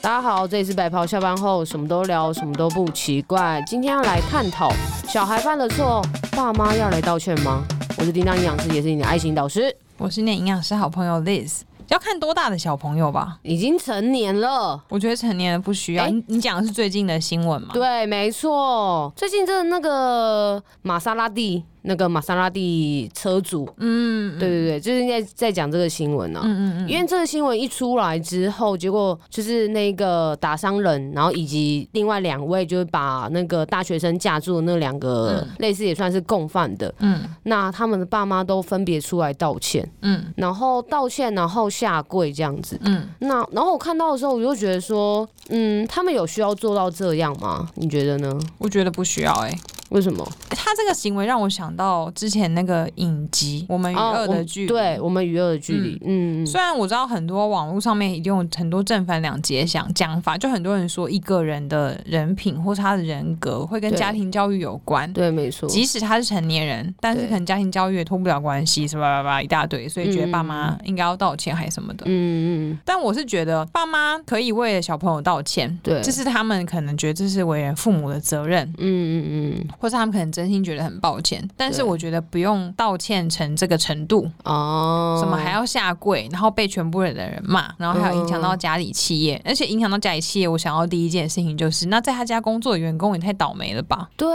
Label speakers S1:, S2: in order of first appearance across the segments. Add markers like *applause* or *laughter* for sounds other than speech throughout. S1: 大家好，这里是白袍下班后，什么都聊，什么都不奇怪。今天要来探讨小孩犯了错，爸妈要来道歉吗？我是叮当营养师，也是你的爱心导师。
S2: 我是你的营养师好朋友 Liz，要看多大的小朋友吧。
S1: 已经成年了，
S2: 我觉得成年人不需要。
S1: 哎
S2: 你你讲的是最近的新闻吗？
S1: 对，没错。最近真的那个玛莎拉蒂，那个玛莎拉蒂车主，
S2: 嗯，嗯，
S1: 对对对，就是在在讲这个新闻呢、
S2: 嗯嗯嗯，
S1: 因为这个新闻一出来之后，结果就是那个打伤人，然后以及另外两位就是把那个大学生架住的那两个类似也算是共犯的，
S2: 嗯
S1: 那他们的爸妈都分别出来道歉，
S2: 嗯
S1: 然后道歉，然后下跪这样子。
S2: 嗯，
S1: 那然后我看到的时候，我就觉得说，嗯，他们有需要做到这样吗？你觉得呢？
S2: 我觉得不需要哎、
S1: 为什么？
S2: 他这个行为让我想到之前那个影集《我们与
S1: 哦
S2: 恶
S1: 我
S2: 的
S1: 们
S2: 距离》
S1: 对我们娱乐的距离，嗯嗯
S2: 虽然我知道很多网络上面一定有很多正反两极的想讲法，就很多人说一个人的人品或是他的人格会跟
S1: 对
S2: 家庭教育有关，
S1: 嗯对，没错，
S2: 即使他是成年人，但是
S1: 对
S2: 可能家庭教育也脱不了关系，什么吧吧吧一大堆，所以觉得爸妈应该要道歉还是什么的。
S1: 嗯嗯，
S2: 但我是觉得爸妈可以为了小朋友道歉，
S1: 对
S2: 这是他们可能觉得这是为人父母的责任，
S1: 嗯嗯嗯，
S2: 或是他们可能真心觉得很抱歉。但是
S1: 对
S2: 我觉得不用道歉成这个程度，
S1: 哦，
S2: 什么还要下跪，然后被全部人的人骂，然后还有影响到家里企
S1: 哦
S2: 业，而且影响到家里企业，我想要第一件事情就是，那在他家工作的员工也太倒霉了吧，
S1: 对，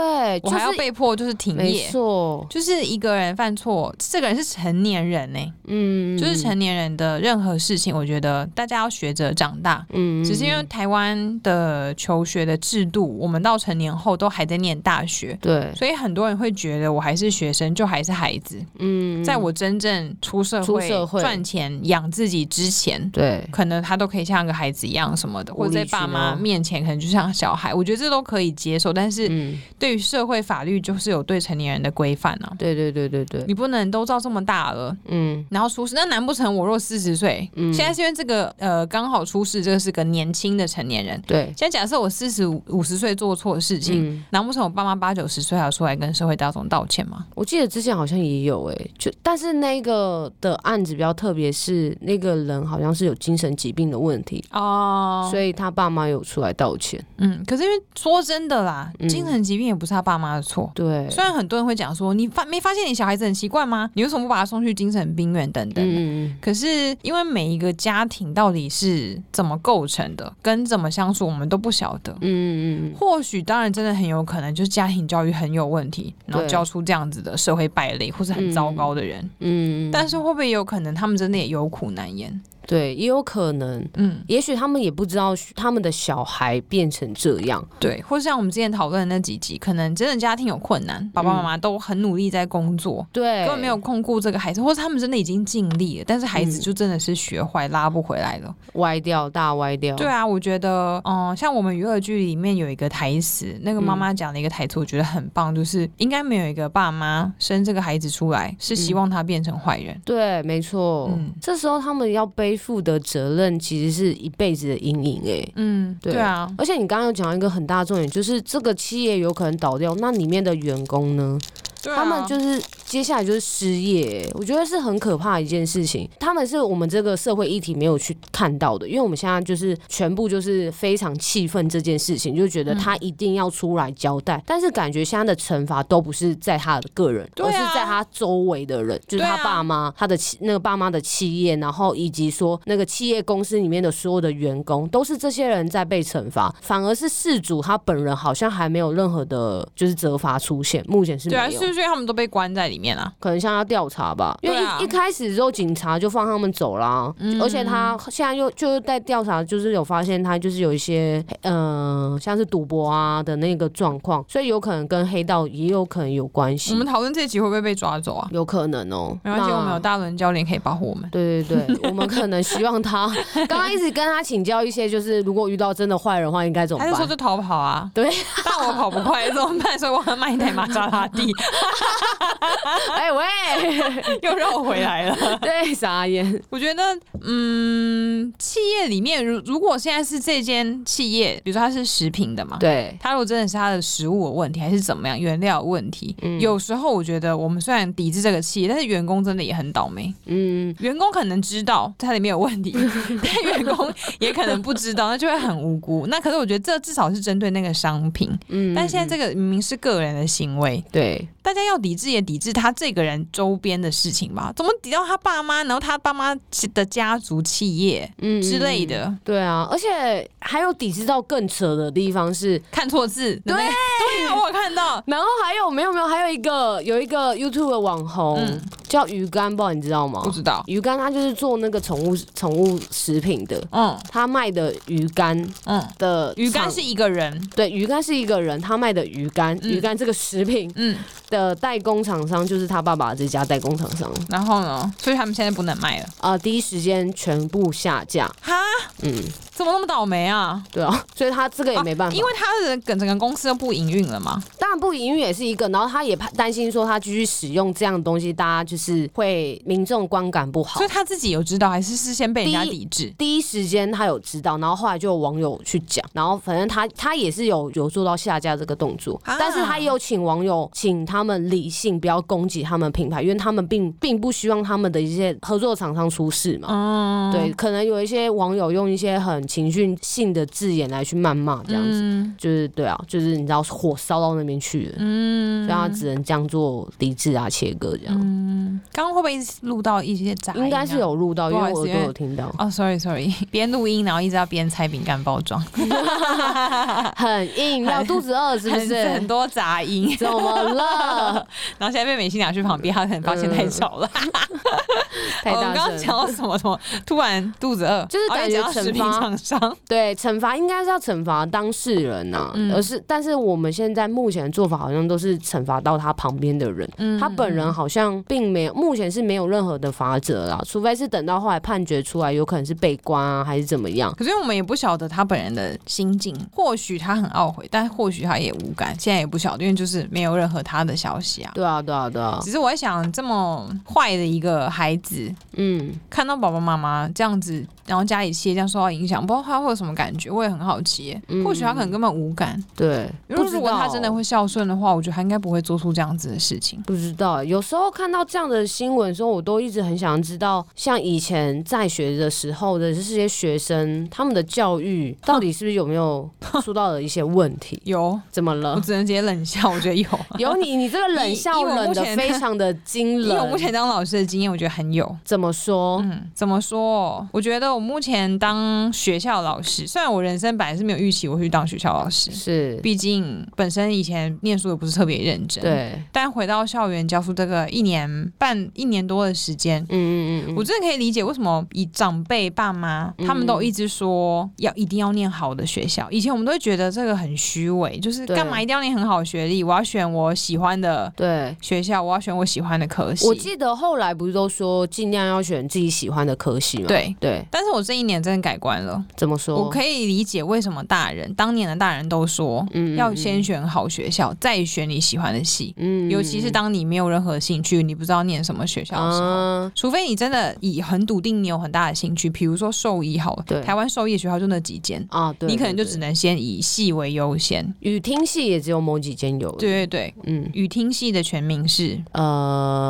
S2: 我还
S1: 哎
S2: 要
S1: 就是
S2: 被迫就是停
S1: 没
S2: 业。
S1: 错，
S2: 就是一个人犯错，这个人是成年人呢、欸
S1: 嗯，
S2: 就是成年人的任何事情，我觉得大家要学着长大。
S1: 嗯，嗯
S2: 只是因为台湾的求学的制度，我们到成年后都还在念大学，
S1: 对，
S2: 所以很多人会觉得我还是学生，就还是孩子。
S1: 嗯，
S2: 在我真正出社
S1: 出
S2: 会、
S1: 社会
S2: 赚钱养自己之前。
S1: 对
S2: 可能他都可以像个孩子一样什么的，
S1: 无
S2: 或
S1: 理
S2: 者在
S1: 取
S2: 爸妈
S1: 闹
S2: 面前可能就像小孩，我觉得这都可以接受。但是
S1: 嗯，
S2: 对于社会法律，就是有对成年人的规范啊，
S1: 对对对对对，
S2: 你不能都照这么大了，
S1: 嗯
S2: 然后出事，那难不成我若四十岁，
S1: 嗯，
S2: 现在是因为这个呃刚好出事，这个是个年轻的成年人。
S1: 对，
S2: 现在假设我四十五五十岁做错事情，
S1: 嗯，
S2: 难不成我爸妈八九十岁还要出来跟社会大众道歉吗？
S1: 我记得之前好像也有哎、就但是那个的案子比较特别，是那个人好像是有精神疾病的问题，
S2: 哦
S1: 所以他爸妈有出来道歉，
S2: 嗯，可是因为说真的啦，
S1: 嗯
S2: 精神疾病也不是他爸妈的错。
S1: 对，
S2: 虽然很多人会讲说，你发没发现你小孩子很奇怪吗？你为什么不把他送去精神病院等等的？
S1: 嗯嗯
S2: 可是因为每一个家庭到底是怎么构成的，跟怎么相处，我们都不晓得。
S1: 嗯嗯嗯
S2: 或许当然真的很有可能就是家庭教育很有问题，然后
S1: 对
S2: 教出这样子的社会败类或是很糟糕的人。
S1: 嗯，
S2: 但是会不会有可能他们真的也有苦难言？
S1: 对，也有可能。
S2: 嗯，
S1: 也许他们也不知道他们的小孩变成这样，
S2: 对，或是像我们之前讨论的那几集，可能真的家庭有困难，爸爸妈妈都很努力在工作。
S1: 嗯对，
S2: 根本没有空顾这个孩子，或者他们真的已经尽力了，但是孩子
S1: 嗯
S2: 就真的是学坏，拉不回来了。
S1: 歪掉，大歪掉。
S2: 对啊，我觉得，嗯，像我们娱乐剧里面有一个台词，那个
S1: 嗯
S2: 妈妈讲的一个台词，我觉得很棒，就是应该没有一个爸妈生这个孩子出来是
S1: 嗯
S2: 希望他变成坏人。
S1: 对，没错。
S2: 嗯
S1: 这时候他们要背负的责任其实是一辈子的阴影哎、
S2: 嗯，
S1: 对
S2: 对啊，
S1: 而且你刚刚有讲到一个很大的重点，就是这个企业有可能倒掉，那里面的员工呢？
S2: 对啊
S1: 他们就是接下来就是失业欸、我觉得是很可怕的一件事情。他们是我们这个社会议题没有去看到的，因为我们现在就是全部就是非常气愤这件事情，就觉
S2: 嗯
S1: 得他一定要出来交代。但是感觉现在的惩罚都不是在他的个人，
S2: 对啊
S1: 而是在他周围的人，就是他
S2: 对啊
S1: 爸妈、他的企那个爸妈的企业，然后以及说那个企业公司里面的所有的员工，都是这些人在被惩罚，反而是事主他本人好像还没有任何的就是责罚出现，目前是没
S2: 对
S1: 有。
S2: 啊，是不是因为他们都被关在里面啊？
S1: 可能向他调查吧，因为
S2: 对啊嗯
S1: 一一开始之后警察就放他们走啦，而且他现在又就是在调查，就是有发现他就是有一些呃像是赌博啊的那个状况，所以有可能跟黑道也有可能有关系
S2: 我，们讨论这集会不会被抓走啊？
S1: 有可能哦、
S2: 没关系，
S1: 那
S2: 我们有大轮教练可以保护我们。
S1: 对对对，我们可能希望他刚刚一直跟他请教一些，就是如果遇到真的坏人的话应该怎么
S2: 他那时候
S1: 办？
S2: 就逃跑啊，
S1: 对，
S2: 大但我跑不快，怎么办？所以我很买一台玛莎拉
S1: *laughs*
S2: 蒂，
S1: 哎喂，
S2: 又绕回来了。
S1: *laughs* 对，傻眼，
S2: 我觉得，嗯，企业里面如如果现在是这间企业，比如说它是食品的嘛，
S1: 对，
S2: 它如果真的是它的食物有问题，还是怎么样，原料有问题，
S1: 嗯
S2: 有时候我觉得我们虽然抵制这个企业，但是员工真的也很倒霉。
S1: 嗯，
S2: 员工可能知道它里面有问
S1: *laughs*
S2: 题，但员工也可能不知道，那就会很无辜。那可是我觉得这至少是针对那个商品，
S1: 嗯
S2: 但现在这个明明是个人的行为，
S1: 对，
S2: 大家要抵制也抵制他这个人周边的事情吧？怎么抵到他爸妈，然后他爸妈的家族企业
S1: 嗯
S2: 之
S1: 嗯
S2: 类。
S1: 嗯
S2: 的？
S1: 对啊，而且还有抵制到更扯的地方是，
S2: 看错字，对对啊，我有看到。
S1: 然后还有没有没有，还有一个有一个 YouTube 的网红、
S2: 嗯
S1: 叫鱼竿，不知道你知道吗
S2: 不？知道，
S1: 鱼竿他就是做那个宠物宠物食品的，
S2: 嗯
S1: 他卖的鱼竿
S2: 嗯，
S1: 的
S2: 鱼竿
S1: 厂
S2: 是一个人，
S1: 对鱼竿是一个人，他卖的鱼竿、
S2: 嗯
S1: 鱼竿这个食品
S2: 嗯，
S1: 的代工厂商就是他爸爸这家代工厂商
S2: 然后呢？所以他们现在不能卖了，
S1: 啊、呃第一时间全部下架，
S2: 哈，
S1: 嗯，
S2: 怎么那么倒霉啊？
S1: 对啊，所以他这个也没办法，
S2: 因为他的整整个公司都不营运了嘛。
S1: 当然不营运也是一个，然后他也怕担心说他继续使用这样的东西，大家就是会民众观感不好
S2: 所以。他自己有知道，还是事先被人家
S1: 第一
S2: 抵制？
S1: 第一时间他有知道，然后后来就有网友去讲，然后反正他他也是有有做到下架这个动作，
S2: 啊
S1: 但是他也有请网友请他们理性，不要攻击他们品牌，因为他们并并不希望他们的一些合作厂商出事嘛。
S2: 嗯，
S1: 对，可能有一些网友用一些很情绪性的字眼来去谩骂这样子，
S2: 嗯
S1: 就是对啊，就是你知道火烧到那边去了，
S2: 嗯嗯
S1: 所以他只能这样做抵制啊、切割这样。
S2: 刚刚会不会录到一些杂音啊？
S1: 应该是有录到，
S2: 不
S1: 因
S2: 好
S1: 为
S2: 意思
S1: 我都
S2: 因为
S1: 有听到，
S2: *laughs* 哦、s o r r y sorry，边录音然后一直要边拆饼干包装，
S1: 很硬，要肚子 *laughs* 饿是不
S2: *laughs* 很
S1: 是？
S2: 很多杂音，
S1: 怎么
S2: *laughs*
S1: 了？
S2: 然后现在被美心拿去旁边，她可能发现太吵了。
S1: 嗯
S2: 哦
S1: 太
S2: 我
S1: 大
S2: 们刚刚
S1: 声
S2: 讲
S1: 了。
S2: 到什么什么，突然肚子饿，
S1: 就是
S2: 哦
S1: 感
S2: 又
S1: 觉
S2: 讲到食
S1: 惩
S2: 品
S1: 罚
S2: 厂商，
S1: 对，惩罚应该是要惩罚当事人呐、
S2: 嗯
S1: 而是但是我们现在目前的做法好像都是惩罚到他旁边的人，
S2: 嗯
S1: 他本人好像并没有，目前是没有任何的法则啦，除非是等到后来判决出来，有可能是被关啊，还是怎么样。
S2: 可是我们也不晓得他本人的心境，或许他很懊悔，但或许他也无感，现在也不晓得，因为就是没有任何他的消息啊。
S1: 对啊，对啊，对啊，
S2: 只是我在想，这么坏的一个孩子，
S1: 嗯，
S2: 看到爸爸妈妈这样子，然后家里企业这样受到影响，不知道他会有什么感觉，我也很好奇耶。
S1: 嗯
S2: 或许他可能根本无感。
S1: 对。
S2: 如果
S1: 不知
S2: 如果他
S1: 道
S2: 真的会孝顺的话，我觉得他应该不会做出这样子的事情。
S1: 不知道，有时候看到这样的新闻的时候，我都一直很想知道，像以前在学的时候的这些学生，他们的教育到底是不是有没有出到了一些问题？
S2: 有，
S1: 怎么
S2: 我 *laughs*
S1: 了？
S2: 只能直接冷笑。我觉
S1: *laughs*
S2: 得有，
S1: 有你，你这个冷笑
S2: 以以我
S1: 冷
S2: 目
S1: 的
S2: 前
S1: 非常的惊
S2: 以我目前
S1: 人。
S2: 当老师的经验，我觉得很有。
S1: 怎么说？
S2: 嗯，怎么说？我觉得我目前当学校老师，虽然我人生本来是没有预期我会去当学校老师，
S1: 是
S2: 毕竟本身以前念书也不是特别认真。。
S1: 对，
S2: 但回到校园教书这个一年半、一年多的时间，
S1: 嗯嗯嗯
S2: 我
S1: 嗯，
S2: 真的可以理解为什么以长辈爸妈
S1: 嗯
S2: 他们都一直说要一定要念好的学校。以前我们都会觉得这个很虚伪，就是
S1: 对
S2: 干嘛一定要念很好的学历？我要选我喜欢的
S1: 对。
S2: 学校，我要选我喜欢的科系。
S1: 我记得后来不是都说尽量要选自己喜欢的科系吗？
S2: 对，
S1: 对，
S2: 但是我这一年真的改观了，
S1: 怎么说？
S2: 我可以理解为什么大人当年的大人都说
S1: 嗯
S2: 要先，选好学校，再选你喜欢的系。
S1: 嗯嗯嗯
S2: 尤其是当你没有任何兴趣，你不知道念什么学校的时候，
S1: 啊，
S2: 除非你真的以很笃定你有很大的兴趣，比如说兽医好
S1: 对
S2: 了，台湾兽医的学校就那几间，
S1: 啊，对，
S2: 你可能就
S1: 对
S2: 只能先以系为优先。
S1: 语听系也只有某几间有。，
S2: 对对对，
S1: 嗯，
S2: 语听系的全名是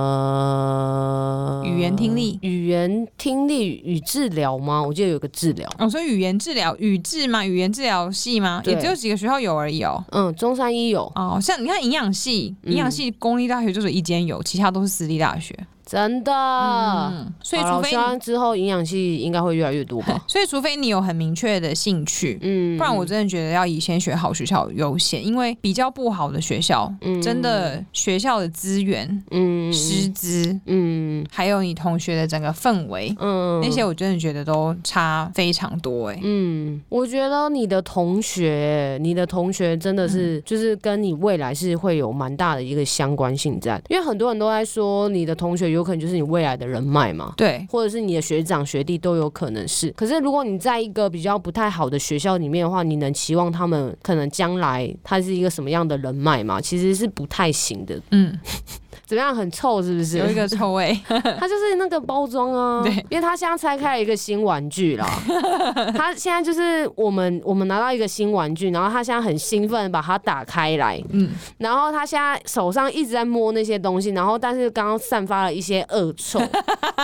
S1: 呃，
S2: 语言听力。
S1: 语言听力与治疗吗？我记得有个治疗，
S2: 哦，所以语言治疗、语治吗？语言治疗系吗？
S1: 对
S2: 也只有几个学校有而已哦。
S1: 嗯，中山一有，
S2: 哦，像你看营养系，
S1: 嗯
S2: 营养系公立大学就是一间有，其他都是私立大学。
S1: 真的。
S2: 嗯，所以
S1: 好啦
S2: 除
S1: 我
S2: 非
S1: 希望
S2: 你，。
S1: 之后营养系应该会越来越多吧
S2: 所以除非你有很明确的兴趣，
S1: 嗯，
S2: *laughs* 不然我真的觉得要以先学好学校优先，因为比较不好的学校，
S1: 嗯
S2: 真的学校的资源、
S1: 嗯
S2: 师资，
S1: 嗯
S2: 还有你同学的整个氛围，
S1: 嗯
S2: 那些我真的觉得都差非常多哎、
S1: 嗯，我觉得你的同学，你的同学真的是、就是跟你未来是会有蛮大的一个相关性在，因为很多人都在说你的同学有有可能就是你未来的人脉嘛。
S2: 对，
S1: 或者是你的学长学弟都有可能是。可是如果你在一个比较不太好的学校里面的话，你能期望他们可能将来他是一个什么样的人脉嘛？其实是不太行的。
S2: 嗯，
S1: 怎么样，很臭是不是？
S2: 有一个
S1: *laughs*
S2: 臭味， *laughs*
S1: 它就是那个包装啊，
S2: 对
S1: 因为它现在拆开了一个新玩具
S2: *laughs*
S1: 啦。它现在就是我们我们拿到一个新玩具，然后他现在很兴奋地把它打开来，
S2: 嗯，
S1: 然后他现在手上一直在摸那些东西，然后但是刚刚散发了一些恶
S2: *laughs*
S1: 臭，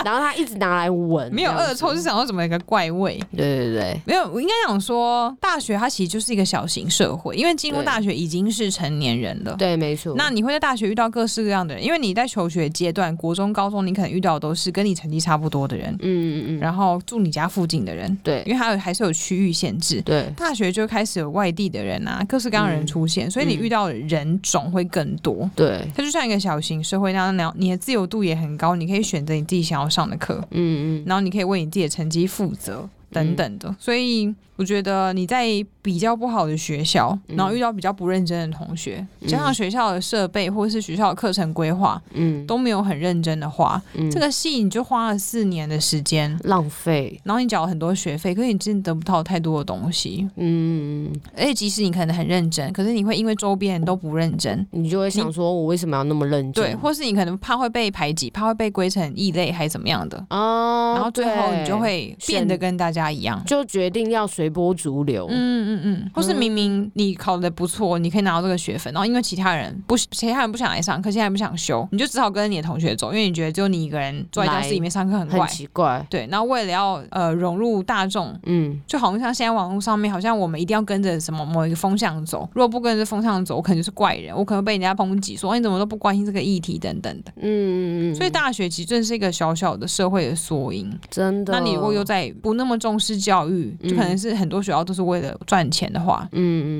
S1: 然后他一直拿来闻，
S2: 没有
S1: 这样
S2: 恶臭，是想到怎么有一个怪味。
S1: 对对对
S2: 没有，我应该讲说，大学它其实就是一个小型社会，因为进入
S1: 对
S2: 大学已经是成年人了。
S1: 对，没错。
S2: 那你会在大学遇到各式各样的人，因为你在求学阶段，国中、高中，你可能遇到的都是跟你成绩差不多的人，
S1: 嗯嗯嗯，
S2: 然后住你家附近的人，
S1: 对
S2: 因为还有还是有区域限制。
S1: 对
S2: 大学就开始有外地的人啊，各式各样的
S1: 嗯
S2: 人出现，所以你遇到的人种会更多。
S1: 对，
S2: 它就像一个小型社会那样，然后你的自由度也很高，你可以选择你自己想要上的课，
S1: 嗯嗯嗯
S2: 然后你可以为你自己的成绩负责等等的。所以我觉得你在比较不好的学校，
S1: 嗯
S2: 然后遇到比较不认真的同学，
S1: 嗯
S2: 加上学校的设备或是学校的课程规划
S1: 嗯，
S2: 都没有很认真的话，
S1: 嗯
S2: 这个戏你就花了四年的时间。
S1: 浪费。
S2: 然后你缴了很多学费，可是你真的得不到太多的东西。
S1: 嗯，嗯嗯
S2: 而且即使你可能很认真，可是你会因为周边人都不认真，
S1: 你就会想说，我为什么要那么认真？
S2: 对，或是你可能怕会被排挤，怕会被归成异类还是怎么样的，
S1: 啊，
S2: 然后最后你就
S1: 对
S2: 会变得跟大家一样。
S1: 就决定要随波逐流。
S2: 嗯嗯嗯，或是明明你考的不错，你可以拿到这个学分，然后因为其他人不，其他人不想来上课，现在不想修，你就只好跟你的同学走，因为你觉得只有你一个人坐在教室里面上课很
S1: 很
S2: 怪。
S1: 奇怪。
S2: 对，然后为了要呃融入大众，
S1: 嗯，
S2: 就好像像现在网络上面，好像我们一定要跟着什么某一个风向走，如果不跟着风向走，我可能就是怪人，我可能被人家抨击说哎你怎么都不关心这个议题等等的。
S1: 嗯嗯嗯，
S2: 所以大学其实真的是一个小小的社会的缩影。
S1: 真的，
S2: 那你如果又在不那么重视教育，就可能是很多学校都是为了赚钱的话，
S1: 嗯嗯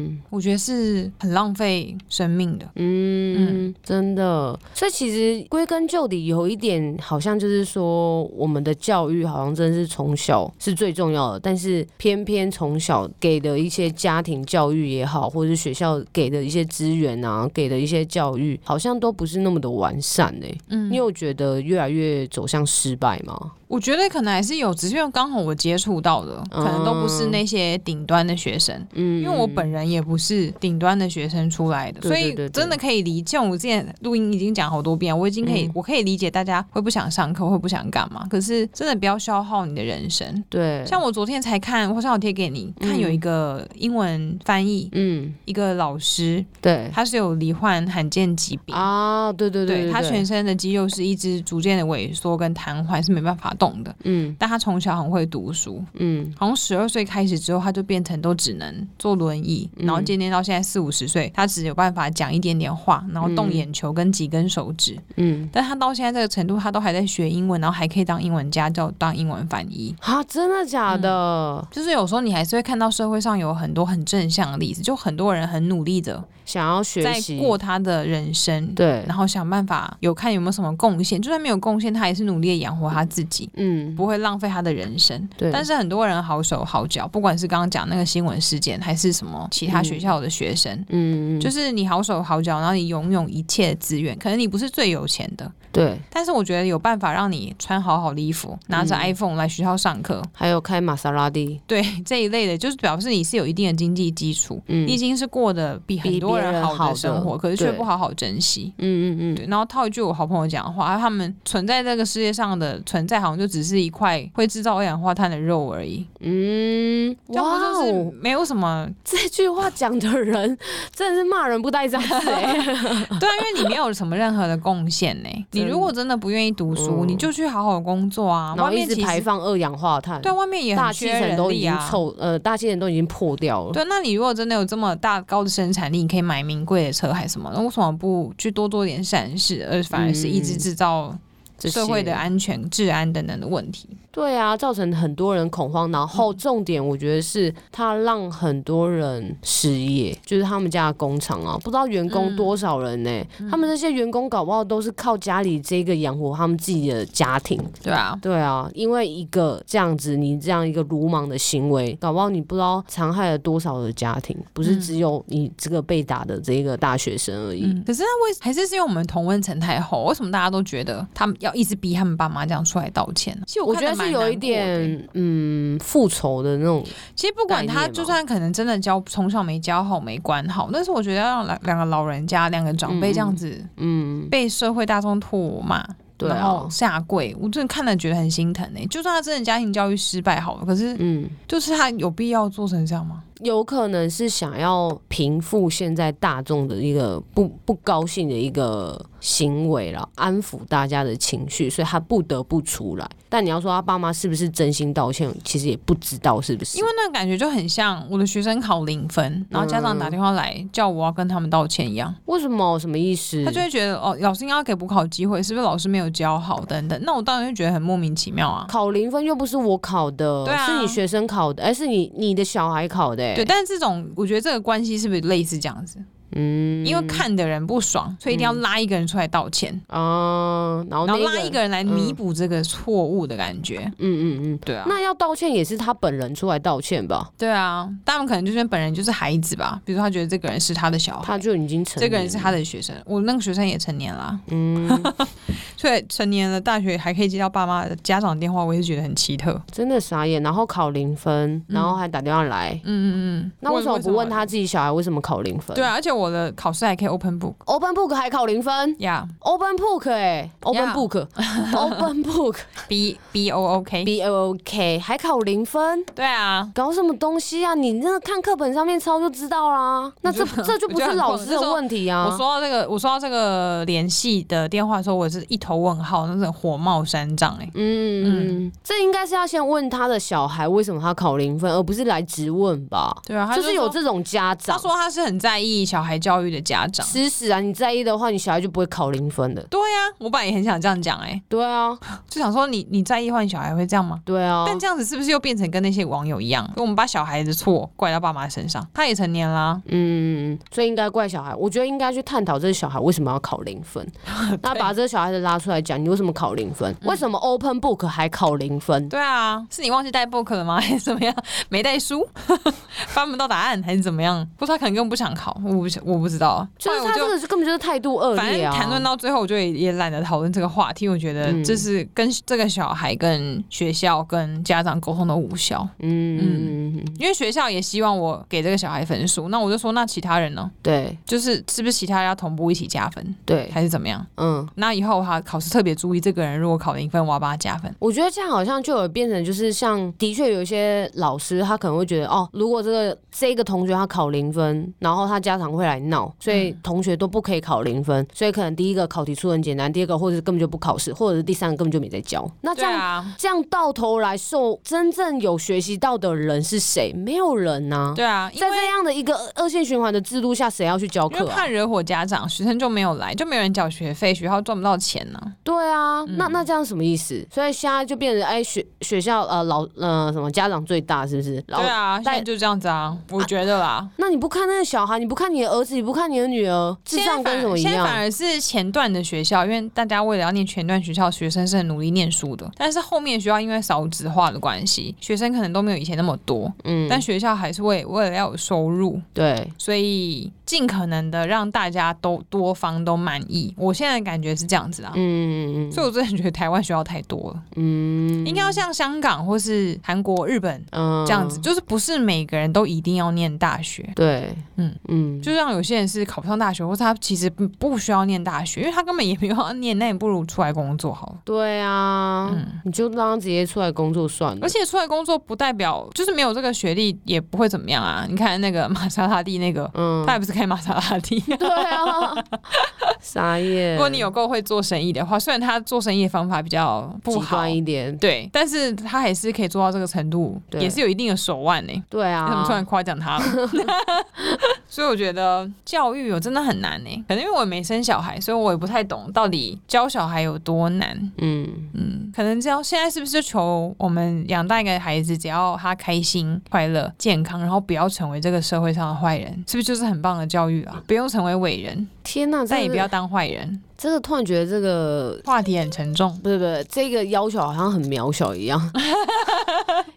S1: 嗯
S2: 我觉得是很浪费生命的。
S1: 嗯，真的。所以其实归根究底，有一点好像就是说，我们的教育好像真的是从小是最重要的，但是偏偏从小给的一些家庭教育也好，或者是学校给的一些资源啊，给的一些教育，好像都不是那么的完善诶、
S2: 嗯
S1: 你有觉得越来越走向失败吗？
S2: 我觉得可能还是有，只是因为刚好我接触到
S1: 哦
S2: 的，可能都不是那些顶端的学生。
S1: 嗯，
S2: 因为我本人也不是顶端的学生出来的，
S1: 对
S2: 所
S1: 对
S2: 以
S1: 对对
S2: 真的可以理解。像我之前录音已经讲好多遍，我已经可以，
S1: 嗯
S2: 我可以理解大家会不想上课，会不想干嘛。可是真的不要消耗你的人生。
S1: 对，
S2: 像我昨天才看，我上有贴给你看，有一个英文翻译，
S1: 嗯，
S2: 一个老师，
S1: 对
S2: 他是有罹患罕见疾病。
S1: 啊，对对对，
S2: 他全身的肌肉是一直逐渐的萎缩跟瘫痪，是没办法动的。
S1: 嗯
S2: 但他从小很会读书，
S1: 嗯
S2: 好像十二岁开始之后，他就变成都只能坐轮椅，
S1: 嗯
S2: 然后渐渐到现在四五十岁，他只有办法讲一点点话，然后动眼球跟几根手指。
S1: 嗯，
S2: 但他到现在这个程度，他都还在学英文，然后还可以当英文家教，当英文翻译。
S1: 啊，真的假
S2: 嗯
S1: 的？
S2: 就是有时候你还是会看到社会上有很多很正向的例子，就很多人很努力的
S1: 想要学
S2: 在
S1: 习，
S2: 过他的人生，
S1: 对，
S2: 然后想办法有看有没有什么贡献，就算没有贡献，他也是努力的养活他自己。
S1: 嗯，
S2: 不会浪费他的人生。
S1: 对
S2: 但是很多人好手好脚，不管是刚刚讲那个新闻事件，还是什么其他
S1: 嗯
S2: 学校的学生。
S1: 嗯，嗯，
S2: 就是是你好手好脚，然后你拥有一切资源，可能你不是最有钱的，
S1: 对，
S2: 但是我觉得有办法让你穿好好的衣服，拿着
S1: 嗯
S2: iPhone 来学校上课，
S1: 还有开玛莎拉蒂，
S2: 对这一类的，就是表示你是有一定的经济基础，
S1: 嗯
S2: 你已经是过得比很
S1: 比
S2: 多
S1: 别人
S2: 人
S1: 好
S2: 好的
S1: 的
S2: 生活，可是却
S1: 对
S2: 不好好珍惜。
S1: 嗯嗯嗯，
S2: 对，然后套一句我好朋友讲的话，他们存在这个世界上的存在，好像就只是一块会制造二氧化碳的肉而已。
S1: 嗯，
S2: 这样
S1: 哇
S2: 不就是
S1: 哦，
S2: 没有什么？
S1: 这句话讲的人 *laughs* 真的是骂人不带脏字
S2: *laughs*
S1: 哎，
S2: 对啊，因为你没有什么任何的贡献呢。
S1: *laughs*
S2: 你
S1: 真的
S2: 如果真的不愿意读书，
S1: 嗯
S2: 你就去好好工作啊。
S1: 然
S2: 外
S1: 后一
S2: 面
S1: 直
S2: 其
S1: 排
S2: 实
S1: 放二氧化碳，
S2: 对啊，外面也
S1: 大
S2: 很
S1: 气
S2: 缺
S1: 层
S2: 人
S1: 都已
S2: 力
S1: 经
S2: 啊。
S1: 臭，呃，大气层都已经破掉了，
S2: 对，那你如果真的有这么大高的生产力，你可以买名贵的车还是什么？那为什么不去多做点善事，而反而是一直
S1: 嗯
S2: 制造
S1: 这
S2: 社会
S1: 些
S2: 的安全、治安等等的问题？
S1: 对啊，造成很多人恐慌。然后
S2: 嗯
S1: 重点我觉得是他让很多人失业，就是他们家的工厂啊，不知道员工
S2: 嗯
S1: 多少人呢、他们这些员工搞不好都是靠家里这个养活他们自己的家庭。
S2: 对啊，
S1: 对啊，因为一个这样子，你这样一个鲁莽的行为，搞不好你不知道残害了多少的家庭，不是只有你这个被打的这个大学生而已。
S2: 嗯，可是那为还是是因为我们同温层太厚，为什么大家都觉得他们要一直逼他们爸妈这样出来道歉呢？其实
S1: 我
S2: 看
S1: 觉
S2: 得
S1: 得是
S2: 蛮
S1: 有一
S2: 难过的
S1: 点，嗯，复仇的那种，
S2: 其实不管
S1: 概
S2: 他，
S1: 念嘛哦
S2: 就算可能真的教从小没教好、没管好，但是我觉得要让两两个老人家、两个长辈这样子
S1: 嗯，
S2: 被社会大众唾骂。
S1: 对
S2: 然后
S1: 啊，
S2: 下跪，我真的看了觉得很心疼哎、就算他真的家庭教育失败好了，可是
S1: 嗯，
S2: 就是他有必要做成这样吗？
S1: 有可能是想要平复现在大众的一个不不高兴的一个行为了，安抚大家的情绪，所以他不得不出来。但你要说他爸妈是不是真心道歉，其实也不知道是不是，
S2: 因为那个感觉就很像我的学生考零分，然后家
S1: 嗯
S2: 长打电话来叫我要跟他们道歉一样，
S1: 为什么什么意思？
S2: 他就会觉得哦，老师应该要给补考机会，是不是老师没有教好等等？那我当然就觉得很莫名其妙啊。
S1: 考零分又不是我考的，
S2: 对啊
S1: 是你学生考的，哎、是你你的小孩考的、哎
S2: 对，，但是这种我觉得这个关系是不是类似这样子？
S1: 嗯
S2: 因为看的人不爽，所以一定要拉一个人出来道歉，
S1: 啊、然后
S2: 然
S1: 那
S2: 后拉一
S1: 个，
S2: 个人来弥补这个错误的感觉。
S1: 嗯嗯嗯，
S2: 对啊，
S1: 那要道歉也是他本人出来道歉吧，
S2: 对啊，但他们可能就是本人就是孩子吧，比如说他觉得这个人是他的小孩，
S1: 他就已经成
S2: 哦这个人是
S1: 年
S2: 他的学生，我那个学生也成年啦，
S1: 了，嗯。
S2: 所以成年了大学还可以接到爸妈的家长电话，我也是觉得很奇特。
S1: 真的傻眼，然后考零分，然后还打电话来，
S2: 嗯嗯嗯嗯，
S1: 那为什么不问他？自己小孩为什么考零分？
S2: 对啊，而且我的考试还可以 open book
S1: ，Open Book 还考零分
S2: 呀、
S1: ，Open Book 哎、o p e n
S2: Yeah *laughs*
S1: Book，Open Book，B
S2: b b o o k。
S1: O K 还考零分，
S2: 对啊，
S1: 搞什么东西啊？你那看课本上面抄就知道啦，那这这就不是老师的问题
S2: 我
S1: 啊
S2: 说。到这个，我说到这个联系的电话的时候，我是一头问号，那是火冒三丈哎、
S1: 嗯，嗯这应该是要先问他的小孩为什么他考零分，而不是来质问吧？
S2: 对啊，他
S1: 就
S2: 就是
S1: 有
S2: 说
S1: 这种家
S2: 他
S1: 长，
S2: 说他是很在意小孩教育的家长。
S1: 吃屎啊！你在意的话，你小孩就不会考零分的。
S2: 对啊，我本来也很想这样讲哎、
S1: 对啊，
S2: 就想说你你在意换小孩会这样吗？
S1: 对啊，
S2: 但这样子是不是又变成跟那些网友一样，我们把小孩的错怪到爸妈身上？他也成年啦，
S1: 嗯，所以应该怪小孩。我觉得应该去探讨这个小孩为什么要考零
S2: *laughs*
S1: 分，那把这个小孩子拉出来讲，你为什么考零分？为什么 Open Book 还考零分？
S2: 嗯对啊，是你忘记带 book 了吗？还 *laughs* 是怎么样？没带书， *laughs* 翻不到答案还是怎么样？或者他可能根本不想考，我不我不知道。
S1: 就是
S2: 后来
S1: 他
S2: 我
S1: 这个根本就是态度恶
S2: 反
S1: 劣
S2: 正
S1: 啊！
S2: 谈论到最后，我就也也懒得讨论这个话题。我觉得
S1: 嗯
S2: 这是跟这个小孩、跟学校、跟家长沟通的无效，
S1: 嗯，嗯，
S2: 因为学校也希望我给这个小孩分数。那我就说，那其他人呢？
S1: 对
S2: 就是是不是其他人要同步一起加分，
S1: 对，
S2: 还是怎么样？
S1: 嗯。
S2: 那以后哈，考试特别注意，这个人如果考零分，我要帮他加分。
S1: 我觉得这样好像就有变成，就是像的确有一些老师，他可能会觉得哦，如果这个这个同学他考零分，然后他家长会来
S2: 嗯
S1: 闹，所以同学都不可以考零分，所以可能第一个考题出很简单，第二个或者是根本就不考试，或者是第三个根本就没在教。那这
S2: 对
S1: 样、
S2: 啊，
S1: 这样到头来受真正有学习到的人是谁？没有人呐、
S2: 对啊，因
S1: 在
S2: 为
S1: 这样的一个恶性循环的制度下，谁要去教
S2: 因为
S1: 课啊
S2: 怕？惹火家长，学生就没有来，就没有人缴学费，学校赚不到钱呢、
S1: 对啊，那
S2: 嗯
S1: 那这样什么意思？所以现在就变成哎学学校呃老呃什么家长最大是不是？老
S2: 对啊，现在就这样子啊，我觉得啦。
S1: 那你不看那个小孩，你不看你的儿子，你不看你的女儿，智
S2: 现在
S1: 障
S2: 反
S1: 跟什么一
S2: 现在反
S1: 样？
S2: 而是前段的学校，因为大家为了要念前段学校，学生是很努力念书的。但是后面的学校因为少子化的关系，学生可能都没有以前那么多，
S1: 嗯，
S2: 但学校还是为为了要有收入，
S1: 对，
S2: 所以尽可能的让大家都多方都满意。我现在的感觉是这样子啊，
S1: 嗯嗯
S2: 所以我真的觉得台湾学校太多了，
S1: 嗯
S2: 应该要像香港或是韩国、日本
S1: 嗯
S2: 这样子，，就是不是每个人都一定要念大学。
S1: 对，
S2: 嗯
S1: 嗯嗯，
S2: 就像有些人是考不上大学，或是他其实不不需要念大学，因为他根本也没有要念，那也不如出来工作好了。
S1: 对啊，你就让他直接出来工作算了
S2: 嗯而。且出来工作不代表就是没有这个学历也不会怎么样啊！你看那个玛莎拉蒂那个， *laughs*
S1: 嗯
S2: 他，也不是开玛莎拉蒂，
S1: 对啊，傻眼。
S2: 如果你有够会做生意的话，虽然他做生意的方法比较不
S1: 极
S2: 好
S1: 端，一点，
S2: 对，但是他还是可以做到这个程度，
S1: 对
S2: 也是有一定的手腕呢、
S1: 对
S2: 你怎么突
S1: 啊
S2: 然，夸奖他了？所以我觉得教育有真的很难呢、欸可能因为我没生小孩，所以我也不太懂到底教小孩有多难。
S1: 嗯，
S2: 嗯，可能这样现在是不是就求我们养大一个孩子，只要他开心、快乐、健康，然后不要成为这个社会上的坏人，是不是就是很棒的教育啊？不用成为伟人，
S1: 天哪，
S2: 但也
S1: 真
S2: 不
S1: 的
S2: 要当坏人。
S1: 真的突然觉得这个
S2: 话题很沉重，
S1: 不是不是，这个要求好像很渺小一
S2: *laughs*
S1: 样。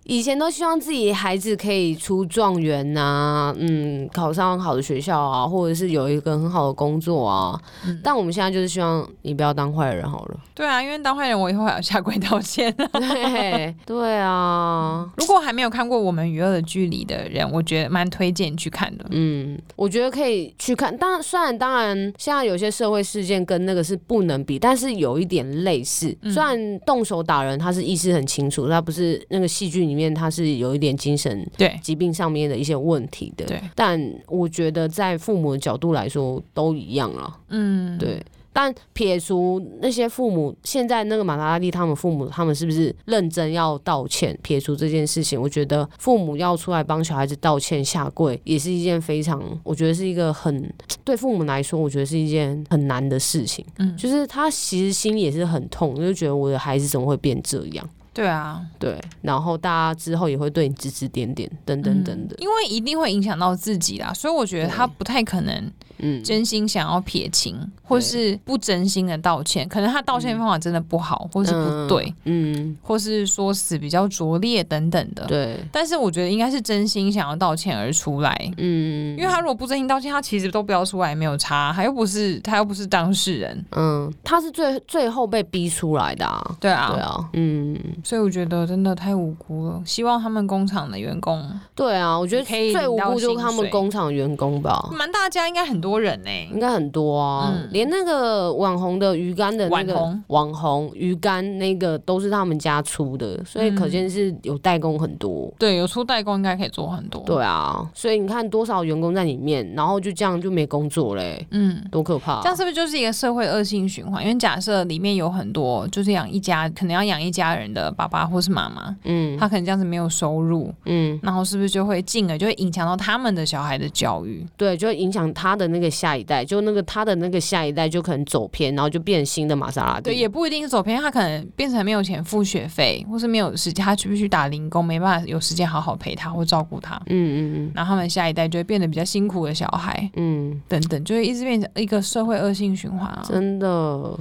S1: 以前都希望自己孩子可以出状元呐、嗯，考上好的学校啊，或者是有一个很好的工作啊。
S2: 嗯
S1: 但我们现在就是希望你不要当坏人好了。 *laughs*
S2: 对啊，因为当坏人我以后还要下跪道歉。 *laughs*
S1: 对对啊，
S2: 如果还没有看过我们娱乐的距离的人，我觉得蛮推荐去看的。
S1: 嗯，我觉得可以去看。当然，虽然当然，现在有些社会事件跟那个是不能比，但是有一点类似。
S2: 嗯
S1: 虽然动手打人，他是意识很清楚，他不是那个戏剧里面他是有一点精神
S2: 对
S1: 疾病上面的一些问题的。
S2: 对，
S1: 但我觉得在父母的角度来说都一样了。
S2: 嗯，
S1: 对。但撇除那些父母，现在那个马拉利他们父母，他们是不是认真要道歉？撇除这件事情，我觉得父母要出来帮小孩子道歉、下跪，也是一件非常，我觉得是一个很对父母来说，我觉得是一件很难的事情。
S2: 嗯
S1: 就是他其实心里也是很痛，就觉得我的孩子怎么会变这样？
S2: 对啊，
S1: 对，然后大家之后也会对你指指点点，等等等等。
S2: 因为一定会影响到自己啦，所以我觉得他不太可能
S1: 嗯，
S2: 真心想要撇清，或是不真心的道歉，可能他道歉方法真的不好，或是不对，
S1: 嗯，
S2: 或是说死比较拙劣等等的。
S1: 对，
S2: 但是我觉得应该是真心想要道歉而出来，
S1: 嗯，
S2: 因为他如果不真心道歉，他其实都不要出来，没有差，他又不是他又不是当事人，
S1: 嗯，他是最最后被逼出来的啊。
S2: 对啊，
S1: 对啊，嗯，
S2: 所以我觉得真的太无辜了。希望他们工厂的员工，
S1: 对啊，我觉得
S2: 你可以
S1: 最无辜就是他
S2: 领到薪
S1: 们
S2: 水
S1: 工厂员工吧，
S2: 蛮大家应该很多人呢、
S1: 应该很多啊，
S2: 嗯
S1: 连那个网红的鱼竿的那个
S2: 网红
S1: 网红鱼竿那个都是他们家出的，所以可见是有代工很多。
S2: 对，有出代工应该可以做很多。，
S1: 对啊，所以你看多少员工在里面，然后就这样就没工作嘞、
S2: 嗯。
S1: 多可怕、
S2: 这样是不是就是一个社会恶性循环？因为假设里面有很多就是养一家，可能要养一家人的爸爸或是妈妈，
S1: 嗯
S2: 他可能这样子没有收入，
S1: 嗯，
S2: 然后是不是就会进而就会影响到他们的小孩的教育？
S1: 对，就会影响他的那个下一代，就那个他的那个下一代就可能走偏，然后就变新的玛莎拉蒂。
S2: 对，也不一定是走偏，他可能变成没有钱付学费，或是没有时间，他去不去打零工，没办法有时间好好陪他或照顾他，
S1: 嗯嗯
S2: 然后他们下一代就会变得比较辛苦的小孩。
S1: 嗯
S2: 等等，就会一直变成一个社会恶性循环啊
S1: 嗯，。真的，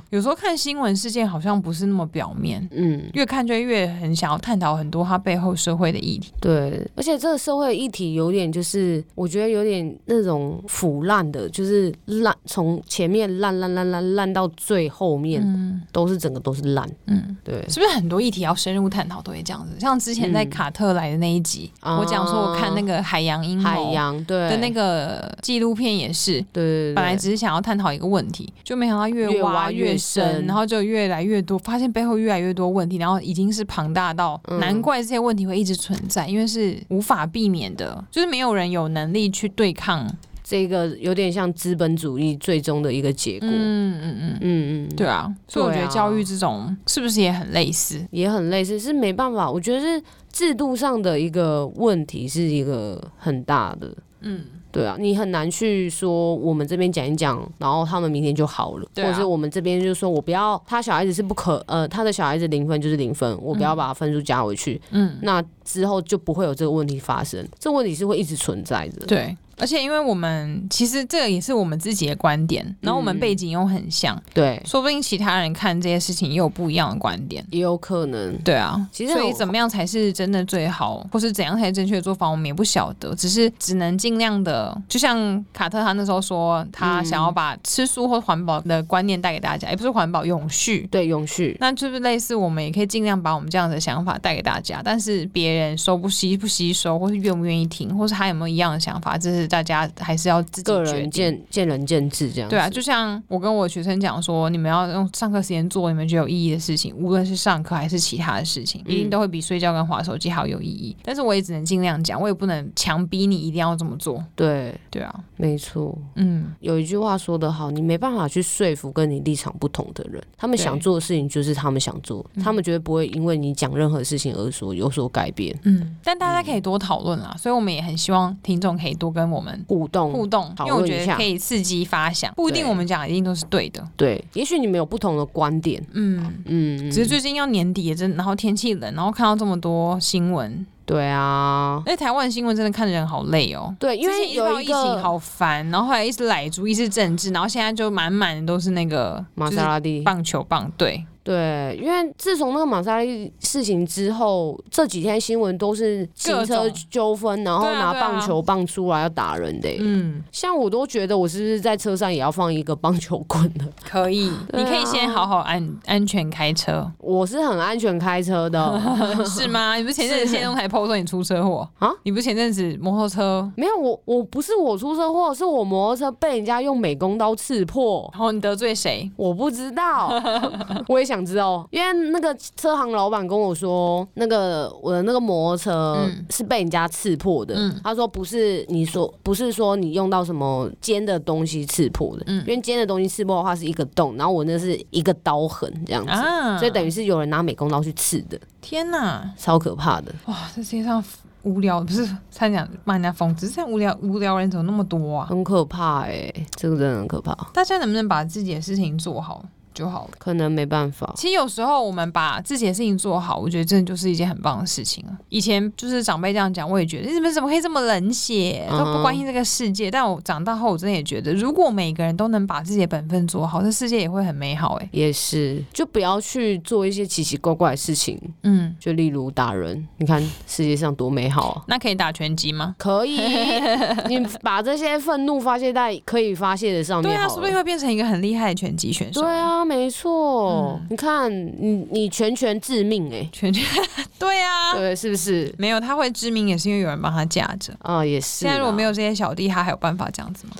S2: 有时候看新闻事件好像不是那么表面，
S1: 嗯。
S2: 越看就越很想要探讨很多它背后社会的议题。
S1: 对，而且这个社会议题有点就是，我觉得有点那种腐烂的，就是烂，从前面烂烂烂烂烂到最后面、
S2: 嗯
S1: 都是整个都是烂。
S2: 嗯，
S1: 对，
S2: 是不是很多议题要深入探讨都会这样子？像之前在
S1: 嗯
S2: 卡特来的那一集，
S1: 啊
S2: 我讲说我看那个海洋阴谋
S1: 海洋对
S2: 的那个纪录片也是。
S1: 对对对，
S2: 本来只是想要探讨一个问题，就没想到越
S1: 越挖
S2: 挖
S1: 越
S2: 越
S1: 深
S2: 深，然后就越来越多，发现背后越来越多问题，然后已经是庞大到，
S1: 嗯
S2: 难怪这些问题会一直存在，因为是无法避免的，就是没有人有能力去对抗。
S1: 这个有点像资本主义最终的一个结果。嗯
S2: 嗯嗯嗯，
S1: 嗯
S2: 对啊，所以我觉
S1: 对
S2: 得
S1: 啊
S2: 教育这种是不是也很类似？
S1: 也很类似，是没办法，我觉得是制度上的一个问题，是一个很大的。
S2: 嗯，
S1: 对啊，你很难去说我们这边讲一讲，然后他们明天就好了，
S2: 对啊
S1: 或者是我们这边就说我不要他小孩子是不可呃他的小孩子零分就是零分，我不要把分数加回去，
S2: 嗯，
S1: 那之后就不会有这个问题发生，这问题是会一直存在的。
S2: 对。而且，因为我们其实这个也是我们自己的观点，然后我们背景又很像，
S1: 嗯对，
S2: 说不定其他人看这些事情也有不一样的观点。
S1: 也有可能。
S2: 对啊，
S1: 其实
S2: 所
S1: 我
S2: 以怎么样才是真的最好，或是怎样才是正确的做法，我们也不晓得，只是只能尽量的，就像卡特他那时候说，
S1: 嗯
S2: 他想要把吃素或环保的观念带给大家，也不是环保永续。
S1: 对，永续。
S2: 那就是类似，我们也可以尽量把我们这样的想法带给大家，但是别人收不吸不吸收，或是愿不愿意听，或是他有没有一样的想法，这是大家还是要自己
S1: 个
S2: 决
S1: 人
S2: 定。
S1: 见见仁见智这样子。
S2: 对啊，就像我跟我学生讲说，你们要用上课时间做你们觉得有意义的事情，无论是上课还是其他的事情，一定
S1: 嗯
S2: 都会比睡觉跟划手机还要有意义。但是我也只能尽量讲，我也不能强逼你一定要这么做。
S1: 对，
S2: 对啊，
S1: 没错。
S2: 嗯，
S1: 有一句话说得好，你没办法去说服跟你立场不同的人，他们
S2: 对
S1: 想做的事情就是他们想做，
S2: 嗯
S1: 他们绝对不会因为你讲任何事情而说有所改变。
S2: 嗯，但大家可以多讨论啦，所以我们也很希望听众可以多跟我们
S1: 互动，
S2: 互动，因
S1: 嗯讨
S2: 为我
S1: 论一
S2: 觉得
S1: 下
S2: 可以刺激发想，不一定
S1: 对
S2: 我们讲的一定都是对的。
S1: 对，也许你们有不同的观点，
S2: 嗯，
S1: 嗯，
S2: 只是最近要年底了，真的，然后天气冷，然后看到这么多新闻，
S1: 嗯对啊，
S2: 哎，台湾的新闻真的看得人好累哦。
S1: 对，因为
S2: 之前一直报
S1: 有
S2: 疫
S1: 一
S2: 情
S1: 个
S2: 好烦，然后后来一直奶猪，一直政治，然后现在就满满的都是那个
S1: 玛
S2: 就
S1: 莎
S2: 是
S1: 拉蒂，
S2: 棒球棒，对，
S1: 对，因为自从那个玛莎拉蒂事情之后，这几天新闻都是行车
S2: 各种
S1: 纠纷，然后
S2: 对啊
S1: 拿
S2: 对啊
S1: 棒球棒出来要打人的、
S2: 嗯，
S1: 像我都觉得我是不是在车上也要放一个棒球棍呢？
S2: 可以，
S1: 对
S2: 你可以
S1: 啊
S2: 先好好安安全
S1: *laughs*
S2: 开车，
S1: 我是很安全开车
S2: *laughs*
S1: 的，
S2: 是吗？你不是前阵子
S1: 是
S2: 现在才 PO 说你出车祸
S1: 啊？
S2: 你不是前阵子摩托车，
S1: 没有我我不是我出车祸，是我摩托车被人家用美工刀刺破。
S2: 然后你得罪谁？
S1: 我不知
S2: *laughs*
S1: 道，我也想知道，因为那个车行老板跟我说，那个我的那个摩托车
S2: 嗯
S1: 是被人家刺破的。
S2: 嗯
S1: 他说不是你说不是说你用到什么尖的东西刺破
S2: 嗯
S1: 的，因为尖的东西刺破的话是一个洞，然后我那是一个刀痕这样子，
S2: 啊，
S1: 所以等于是有人拿美工刀去刺的，
S2: 天哪，
S1: 超可怕的。
S2: 哇，这世界上无聊不是差点讲骂人家疯子，只是现在无聊无聊人怎么那么多啊？
S1: 很可怕哎、这个真的很可怕，
S2: 大家能不能把自己的事情做好就好了？
S1: 可能没办法。
S2: 其实有时候我们把自己的事情做好，我觉得真的就是一件很棒的事情啊。以前就是长辈这样讲，我也觉得你们怎么可以这么冷血，
S1: 嗯
S2: 都不关心这个世界。但我长大后，我真的也觉得，如果每个人都能把自己的本分做好，这世界也会很美好、欸。哎，
S1: 也是，就不要去做一些奇奇怪怪的事情，
S2: 嗯，
S1: 就例如打人。你看世界上多美好啊！
S2: 那可以打拳击吗？
S1: 可
S2: *laughs*
S1: 以，你把这些愤怒发泄在可以发泄的上
S2: 对
S1: 面
S2: 啊，
S1: 好
S2: 说
S1: 了。
S2: 不定会变成一个很厉害的拳击选手。
S1: 对啊，没错。
S2: 嗯
S1: 你看，你你拳拳致命哎、
S2: 拳击，对啊，
S1: 对，是不是？
S2: 没有他会知名，也是因为有人帮他架着。
S1: 啊、也是。
S2: 现在如果没
S1: 有，
S2: 有这些小弟，他还有办法这样子吗？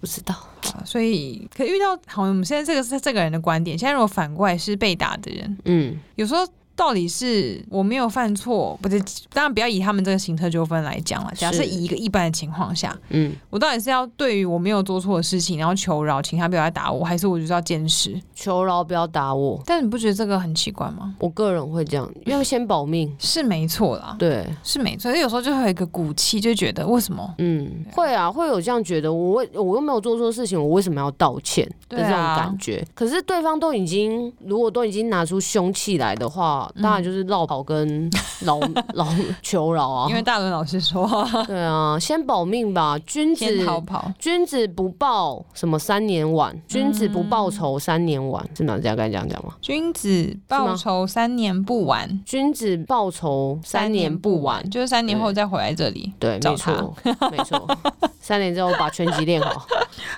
S1: 不知道。
S2: 啊所以可遇到好，我们现在这个是这个人的观点。现在如果反过来是被打的人，
S1: 嗯，
S2: 有时候到底是我没有犯错，不是？当然不要以他们这个行车纠纷来讲了。假设
S1: 是
S2: 以一个一般的情况下，
S1: 嗯，
S2: 我到底是要对于我没有做错的事情，然后求饶，请他不要来打我，还是我就是要坚持？
S1: 求饶不要打我，
S2: 但你不觉得这个很奇怪吗？
S1: 我个人会这样，因为先保命。
S2: 是没错啦，
S1: 对，
S2: 是没错。有时候就会有一个骨气，就觉得为什么？
S1: 嗯，会啊，会有这样觉得，我为我又没有做错事情，我为什么要道歉的
S2: 对
S1: 这
S2: 啊
S1: 种感觉？可是对方都已经，如果都已经拿出凶器来的话，当
S2: 嗯
S1: 然就是绕跑跟
S2: *laughs*
S1: 老老求饶啊
S2: 因。为大伦老师 *laughs* 说
S1: 对啊，先保命吧，君
S2: 先
S1: 子。
S2: 逃跑，
S1: 君子不报什么三年晚，君子不
S2: 嗯
S1: 报仇三年晚，是哪家该这样讲吗？
S2: 君子报仇三年不晚，
S1: 君子报仇三年不晚，
S2: 就是三年后再回来这里。
S1: 对，
S2: 找
S1: 没
S2: 他
S1: 错，没错，
S2: *laughs*
S1: 三年之后把拳击练好，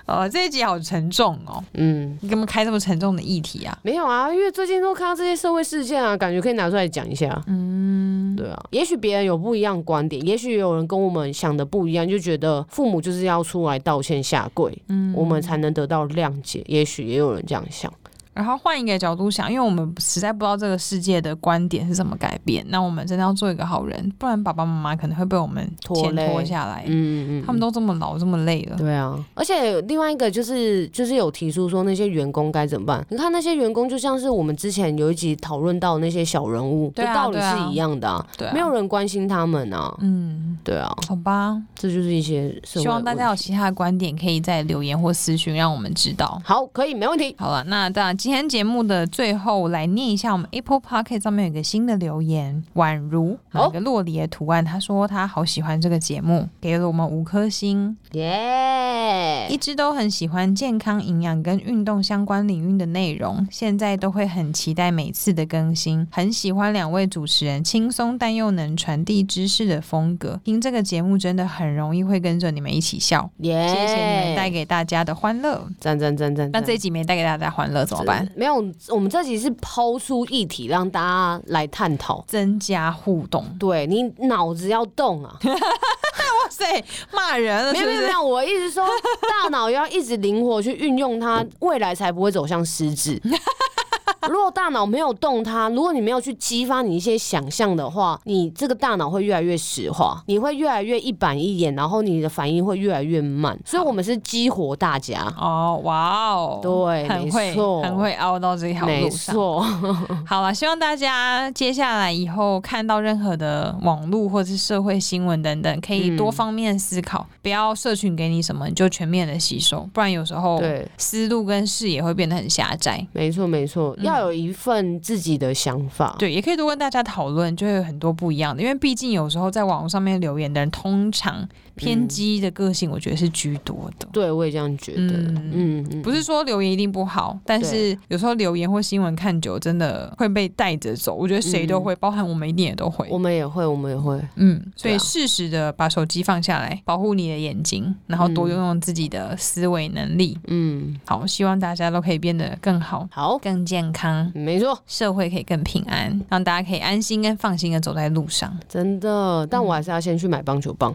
S2: 呃，这一集好沉重哦，
S1: 嗯。
S2: 你干嘛开这么沉重的议题啊？
S1: 没有啊，因为最近都看到这些社会事件啊，感觉可以拿出来讲一下。嗯，对啊，也许别人有不一样的观点，也许有人跟我们想的不一样，就觉得父母就是要出来道歉下跪，嗯，我们才能得到谅解。也许也有人这样想，
S2: 然后换一个角度想，因为我们实在不知道这个世界的观点是怎么改变，那我们真的要做一个好人，不然爸爸妈妈可能会被我们
S1: 拖
S2: 牵
S1: 累
S2: 拖下来。
S1: 嗯嗯嗯，
S2: 他们都这么老，这么累了，
S1: 对啊，而且另外一个就是就是有提出说那些员工该怎么办？你看那些员工就像是我们之前有一集讨论到那些小人物，
S2: 对啊
S1: 就道理
S2: 对啊
S1: 是一样的啊，
S2: 对、啊，
S1: 没有，人关心他们啊，
S2: 嗯，
S1: 对啊，
S2: 好吧，
S1: 这就是一些社会
S2: 希望大家
S1: 问
S2: 有
S1: 题
S2: 其他的观点，可以在留言或私讯让我们知道。
S1: 好，可以没问题。
S2: 好了，啊那当然，今天节目的最后来念一下我们 Apple p o c k e t 上面有一个新的留言，宛如
S1: 好
S2: 有一个洛里的图案，他说他好喜欢这个节目，给了我们五颗星，
S1: 耶
S2: 一直都很喜欢健康、营养跟运动相关领域的内容，现在都会很期待每次的更新。很喜欢两位主持人轻松但又能传递知识的风格，听这个节目真的很容易会跟着你们一起笑。
S1: 耶！
S2: 谢谢你们带给大家的欢乐。
S1: 赞赞赞赞！
S2: 那这一集没带给大家欢乐怎么办？
S1: 没有，我们这集是抛出议题让大家来探讨。
S2: 增加互动。
S1: 对你脑子要动啊！
S2: 塞，骂人了
S1: 没
S2: 是
S1: 有没
S2: 不
S1: 有没
S2: 是？
S1: 有，我一直说大脑要一直灵活去运用它，未来才不会走向失智。如果大脑没有动它，如果你没有去激发你一些想象的话，你这个大脑会越来越石化，你会越来越一板一眼，然后你的反应会越来越慢。所以我们是激活大家，
S2: 哦，哇哦，
S1: 对
S2: 很
S1: 没
S2: 会，
S1: 错
S2: 很会凹到这一条
S1: 没
S2: 路上。
S1: 错，
S2: 好了，希望大家接下来以后看到任何的网络或是社会新闻等等，可以
S1: 嗯
S2: 多方面思考，不要社群给你什么你就全面的吸收，不然有时候
S1: 对。
S2: 思路跟视野会变得很狭窄。
S1: 没错，没错，
S2: 嗯
S1: 要有一份自己的想法。
S2: 对，也可以多跟大家讨论，就会有很多不一样的。因为毕竟有时候在网络上面留言的人，通常偏激的个性，我觉得是居多的。
S1: 对，我也这样觉得。
S2: 嗯
S1: 嗯嗯，
S2: 不是说留言一定不好，但是有时候留言或新闻看久，真的会被带着走。我觉得谁都会，包含我们一定也都会
S1: 我。们也会，我们也会。
S2: 嗯，所以
S1: 对啊
S2: 适时的把手机放下来，保护你的眼睛，然后多
S1: 嗯
S2: 用用自己的思维能力。
S1: 嗯，
S2: 好，希望大家都可以变得更好、
S1: 好，
S2: 更健康，
S1: 没错。
S2: 社会可以更平安，让大家可以安心跟放心的走在路上。 *laughs*
S1: 真的，但我还是要先去买棒球棒。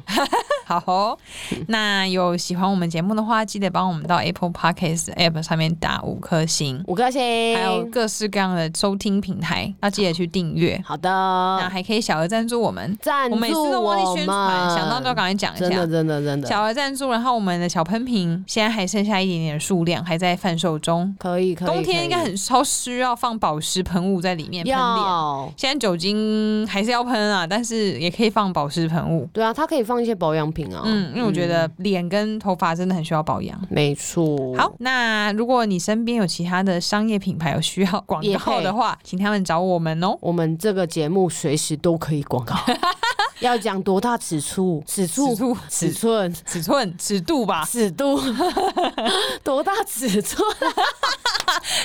S2: 好
S1: *laughs*
S2: 哦、那有喜欢我们节目的话，记得帮我们到 Apple Podcast App 上面打五颗星，
S1: 五颗星，
S2: 还有
S1: 哎
S2: 各式各样的收听平台，要记得去订阅。
S1: 好
S2: 那
S1: 的，
S2: 还可以小额赞助我们，
S1: 嗯赞助
S2: 我每次都忘记宣传，
S1: 们
S2: 想到都要赶快讲一
S1: 真
S2: 下
S1: 的。真的真的，
S2: 小额赞助，然后我们的小喷瓶现在还剩下一点点的数量，还在贩售中。
S1: 可以可以，
S2: 冬天应该
S1: 可
S2: 很超需要放保湿喷雾在里面
S1: 以
S2: 喷脸。
S1: 要。
S2: 现在酒精还是要喷啊，但是也可以放保湿喷雾。
S1: 对啊，它可以放一些保养品啊。
S2: 嗯，因为我觉得脸跟头发真的很需要保养。
S1: 没错。
S2: 好，，那如果你身边有其他的商业品牌有需要 *laughs* 广
S1: 业
S2: 告
S1: 配
S2: 的话，请他们找我们哦。
S1: 我们这个节目随时都可以广
S2: *laughs*
S1: 告。要讲多大尺寸？尺寸？
S2: 尺度、
S1: 尺
S2: 尺
S1: 寸？
S2: 尺寸、尺度吧，
S1: *laughs* 尺度？多大尺寸？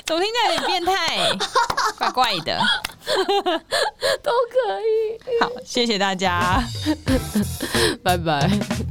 S2: 总听起来有点变态， *laughs* 怪怪的。
S1: 都可以。
S2: 好，谢谢大家。
S1: 拜拜。